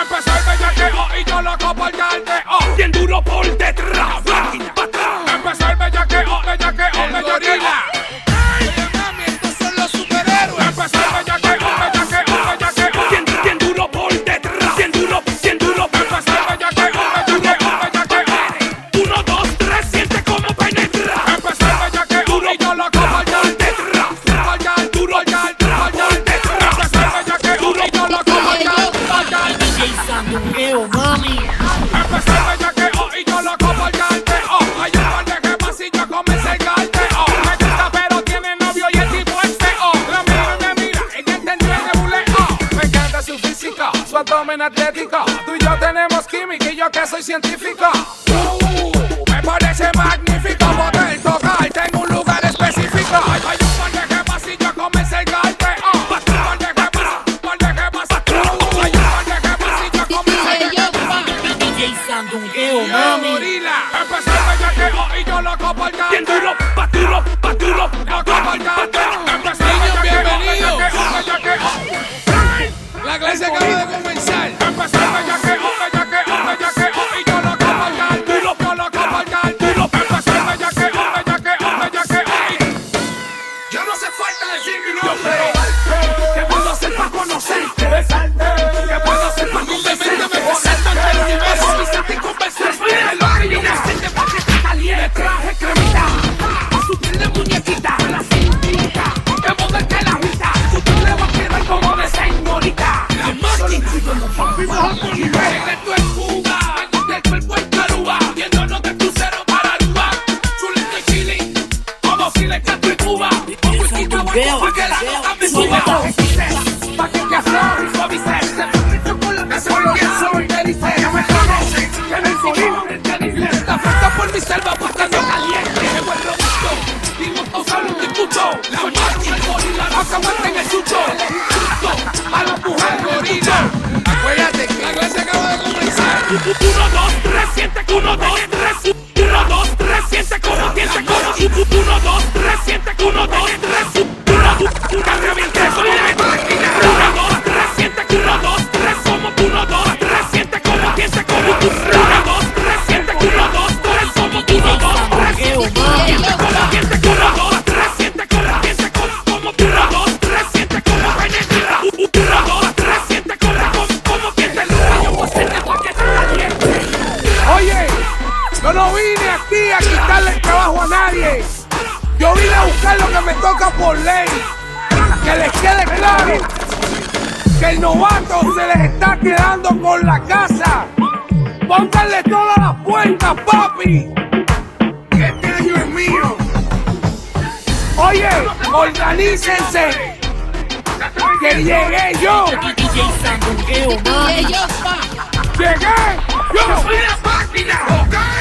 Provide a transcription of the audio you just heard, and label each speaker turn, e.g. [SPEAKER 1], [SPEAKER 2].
[SPEAKER 1] Empecé el bellaqueo y yo loco por carteo.
[SPEAKER 2] Bien duro por detrás. Máquina pa' atrás.
[SPEAKER 1] Empecé el bellaqueo, bellaqueo,
[SPEAKER 3] El
[SPEAKER 1] bellaqueo.
[SPEAKER 3] gorila. Oye, mami, estos son los superhéroes.
[SPEAKER 1] Empecé el bellaqueo, bellaqueo, bellaqueo.
[SPEAKER 2] Bien, bien duro por detrás. Bien duro, bien duro.
[SPEAKER 1] Empecé el bellaqueo, bellaqueo, bellaqueo.
[SPEAKER 2] Uno, dos, tres, siente cómo penetra.
[SPEAKER 1] Empecé el bellaqueo y yo loco por carteo. Por carteo,
[SPEAKER 2] Duro al
[SPEAKER 1] por
[SPEAKER 2] gas,
[SPEAKER 1] carteo, por carteo. Empecé el bellaqueo y yo loco por carteo, por carteo.
[SPEAKER 4] DJ Sandungueo, mami.
[SPEAKER 1] Empecé el bellaqueo y yo loco por carteo. Hay un par de gemas y yo comencé el carteo. Me gusta pero tiene novio y el tipo es feo. La mira y me mira, ella entendió el buleo. Me encanta su física, su abdomen atlético. Tú y yo tenemos química y yo que soy científica. Uh, me parece magnífico poder tocarte en un lugar específico. Hay, hay un par de gemas y yo comencé el carteo. Un par de gemas, un par de gemas. Uh, hay un par de gemas y yo comencé el carteo.
[SPEAKER 4] DJ yo, papi. DJ Sandungueo, mami.
[SPEAKER 1] Gorila. Empecé el bellaqueo y yo loco por
[SPEAKER 2] bien
[SPEAKER 1] cante.
[SPEAKER 2] duro, pa' duro, pa' duro.
[SPEAKER 1] Loco por cante. Empecé
[SPEAKER 3] Niños,
[SPEAKER 1] el bellaqueo,
[SPEAKER 3] bienvenidos.
[SPEAKER 1] bellaqueo, bellaqueo.
[SPEAKER 3] La clase acaba de comenzar.
[SPEAKER 1] Empecé el bellaqueo, bellaqueo, bellaqueo y yo loco por cante. Yo loco por cante. Empecé el bellaqueo, bellaqueo, bellaqueo.
[SPEAKER 3] Yo no sé falta decir mi
[SPEAKER 2] Yo
[SPEAKER 3] nombre.
[SPEAKER 2] quiero verte. ¿Qué puedo hacer pa' conocerte? Besarte. ¿Qué puedo hacer pa'
[SPEAKER 3] Simplemente me
[SPEAKER 2] convencerte?
[SPEAKER 3] presento ante el universo.
[SPEAKER 2] Quizás te convences, mira el barrio, una senda pa' que te caliente. Le traje cremita, pa' subirle muñequita a la cintita, que moverte la agita. Tú te le vas a quedar como de señorita. La máquina. Vimos a tu nivel. Secreto en Cuba, vengo del cuerpo en Caruba, yéndonos de crucero para Aruba. Chulito y chili, como si le canto en Cuba. Un whisky tabaco pa' que la nota me suba. Pa' que te afloje y suavices. Te prometo con la que soy, que soy, te dice. Ya me conoces, que me insolino, te dice. La falta por mi selva pa' que no caliente. Me vuelvo gusto, dimos causar un disgusto. La máquina, el gorila, no se aguanta en el chucho. El insulto a la mujer gorila.
[SPEAKER 3] Acuérdate que la clase acaba de comenzar.
[SPEAKER 2] 1, 2, 3, siente que 1, 2, 3, 1, 2, 3, siente como, siente como 1, 2, 3, siente que 1, 2, 3, 1, 2, 3, como me tranquila 1, 2, 3, siente que 1, 2, 3, como 1, 2, 3, siente como, siente como 1, 2, 3, siente que 1, 2, 3, como 1, 2, 3,
[SPEAKER 4] Sandungueo, mami.
[SPEAKER 2] como, siente que 1, 2, 3, siente como, siente como 1, 2, 3, siente como penetra 1, 2, 3, siente como, como siente el rayo, pues siente pa' que te caliente
[SPEAKER 1] Oye, yo no vine aquí a quitarle el trabajo a nadie. Yo vine a buscar lo que me toca por ley. Que les quede claro que el novato se les está quedando con la casa. Pónganle todas las puertas, papi.
[SPEAKER 3] Que este año es mío.
[SPEAKER 1] Oye, organícense. Que llegué yo.
[SPEAKER 4] DJ Sandungueo, mami.
[SPEAKER 1] Llegué yo.
[SPEAKER 2] soy la máquina, ¿ok?